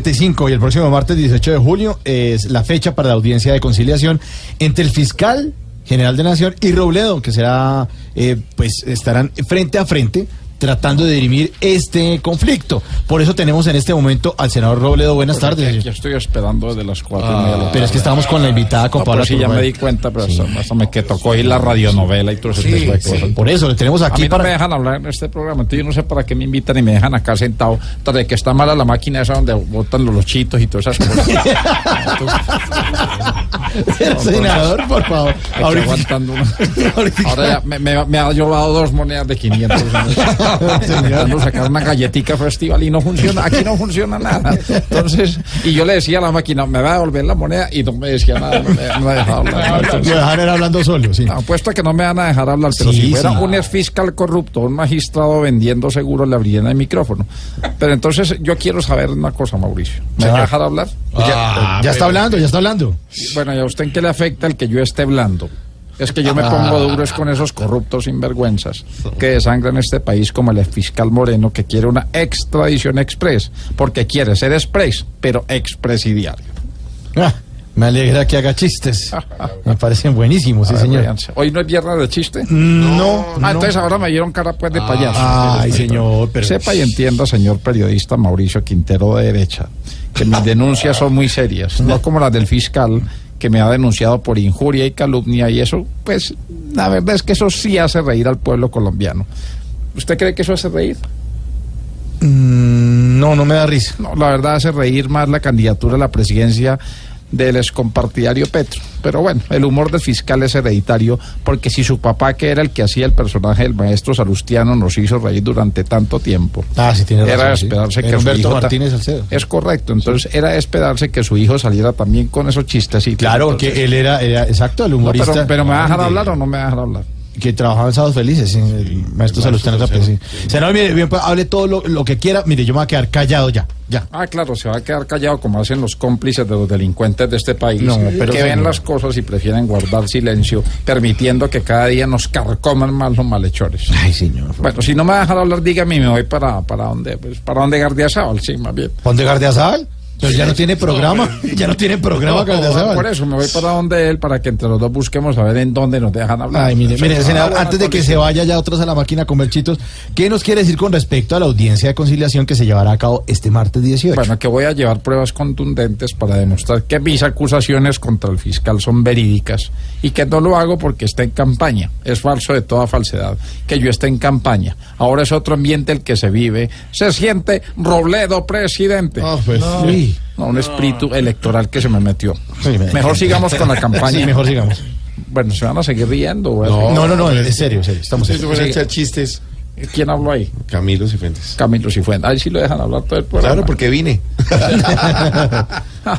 35 y el próximo martes 18 de julio es la fecha para la audiencia de conciliación entre el fiscal general de Nación y Robledo, que será, eh, pues estarán frente a frente tratando de dirimir este conflicto. Por eso tenemos en este momento al senador Robledo. Buenas tardes. Ah, Aquí estoy esperando desde las cuatro y media de la Pero es que estábamos con la invitada, con No, Paula pues sí, ya Turbay. me di cuenta, pero hasta- hasta me que tocó ir la radionovela y todo ese tipo de cosas. Por eso le tenemos A aquí mí no para... me dejan hablar en este programa, entonces yo no sé para qué me invitan y me dejan acá sentado. Tras de que está mala la máquina esa donde botan los lochitos y todas esas cosas. Aquí El senador, por favor. Ahorita- aguantando una. ahorita- Ahora ya me, me- me ha llevado dos monedas de 500. Intentando sacar una galletica festival y no funciona. Aquí no funciona nada. Entonces, y yo le decía a la máquina, me va a devolver la moneda y no me decía nada. No me, no me dejaba hablar. Ah, Entonces, Lo dejaron hablando solo, sí. Apuesto a que no me van a dejar hablar, pero Sí, si fuera sí. un ex fiscal corrupto, un magistrado vendiendo seguro, le abrirían el micrófono. Pero entonces yo quiero saber una cosa, Mauricio. ¿Me va Señor. a dejar hablar? Ya- Ah, ya está hablando, ya está hablando. Bueno, ¿y a usted en qué le afecta el que yo esté blando? Es que yo me pongo duro es con esos corruptos sinvergüenzas que desangran este país como el fiscal Moreno que quiere una extradición express, porque quiere ser express, pero expresidiario. Ah, me alegra que haga chistes. Me parecen buenísimos, sí, A ver, señor. véanse. Hoy no es viernes de chiste. No, Ah, no. entonces ahora me dieron cara pues de payaso. Ay, señor, pero. Sepa y entienda, señor periodista Mauricio Quintero de Derecha, que mis denuncias son muy serias, no como las del fiscal que me ha denunciado por injuria y calumnia y eso, pues la verdad es que eso sí hace reír al pueblo colombiano. ¿Usted cree que eso hace reír? Mm, No, no me da risa. No, la verdad hace reír más la candidatura a la presidencia del excompartidario Petro. Pero bueno, el humor del fiscal es hereditario, porque si su papá, que era el que hacía el personaje del maestro Salustiano, nos hizo reír durante tanto tiempo, Ah, sí, tiene razón. era de sí. esperarse que Eh, Era su Humberto hijo ta- Martínez Salcedo. Es correcto, entonces era de esperarse que su hijo saliera también con esos chistes. Claro, porque él era, era, exacto, el humorista. pero, pero me va a dejar de- hablar o no me va a dejar hablar. Que trabajaba en Sábados Felices, sí, el maestro Salustiano Tapia, sí. Senador, mire, bien, pues, hable todo lo, lo que quiera. Mire, yo me voy a quedar callado ya, ya. Ah, claro, se va a quedar callado como hacen los cómplices de los delincuentes de este país, No, pero que señor. ven las cosas y prefieren guardar silencio, permitiendo que cada día nos carcoman más los malhechores. Ay, señor. Bueno, si no me va a dejar hablar, dígame y me voy para, para dónde, pues, para dónde Gardiazabal, sí, más bien. ¿Ponte Gardeazabal? Entonces ya no tiene programa. Ya no tiene programa, Gardeazabal. Por eso me voy para donde él, para que entre los dos busquemos a ver en dónde nos dejan hablar. Ay, mire, mire, Ah, senador, bueno, antes de que se vaya ya otros a la máquina a comer chitos, ¿qué nos quiere decir con respecto a la audiencia de conciliación que se llevará a cabo este martes 18? Bueno, que voy a llevar pruebas contundentes para demostrar que mis acusaciones contra el fiscal son verídicas y que no lo hago porque está en campaña. Es falso de toda falsedad que yo esté en campaña. Ahora es otro ambiente el que se vive. Se siente Robledo presidente. Ah, pues, sí. eh, No, un espíritu electoral que se me metió. Sí, me- Mejor sigamos con la campaña. Sí, mejor sigamos. Bueno, se van a seguir riendo. güey. No, no, no, en serio, en serio, estamos Si tú serios. fueras a echar chistes, ¿Quién habló ahí? Camilo Cifuentes. Camilo Cifuentes. Ahí sí lo dejan hablar todo el programa. Claro, porque vine.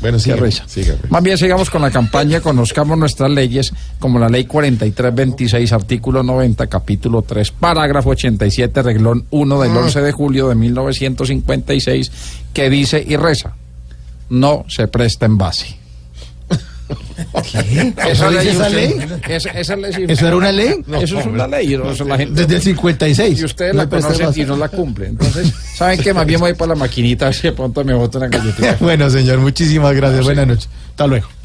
bueno, sí. Qué risa. Siga, pues. Más bien sigamos con la campaña, conozcamos nuestras leyes, como la ley 4326, artículo 90, capítulo 3, parágrafo 87, reglón 1 del 11 de julio de 1956, que dice y reza, no se presta en base. ¿Eso dice esa usted- ley? Esa, esa ley sí- ¿Eso era una ley? Eso es una ley. o sea, la gente- Desde el 56. y ustedes No pues, me la presta conocen más. y no la cumplen. Entonces, ¿saben qué? Más bien voy para la maquinita, a ver si de pronto me botan la galletita. Ah, Bueno, señor, muchísimas gracias. Buenas noches. Hasta luego.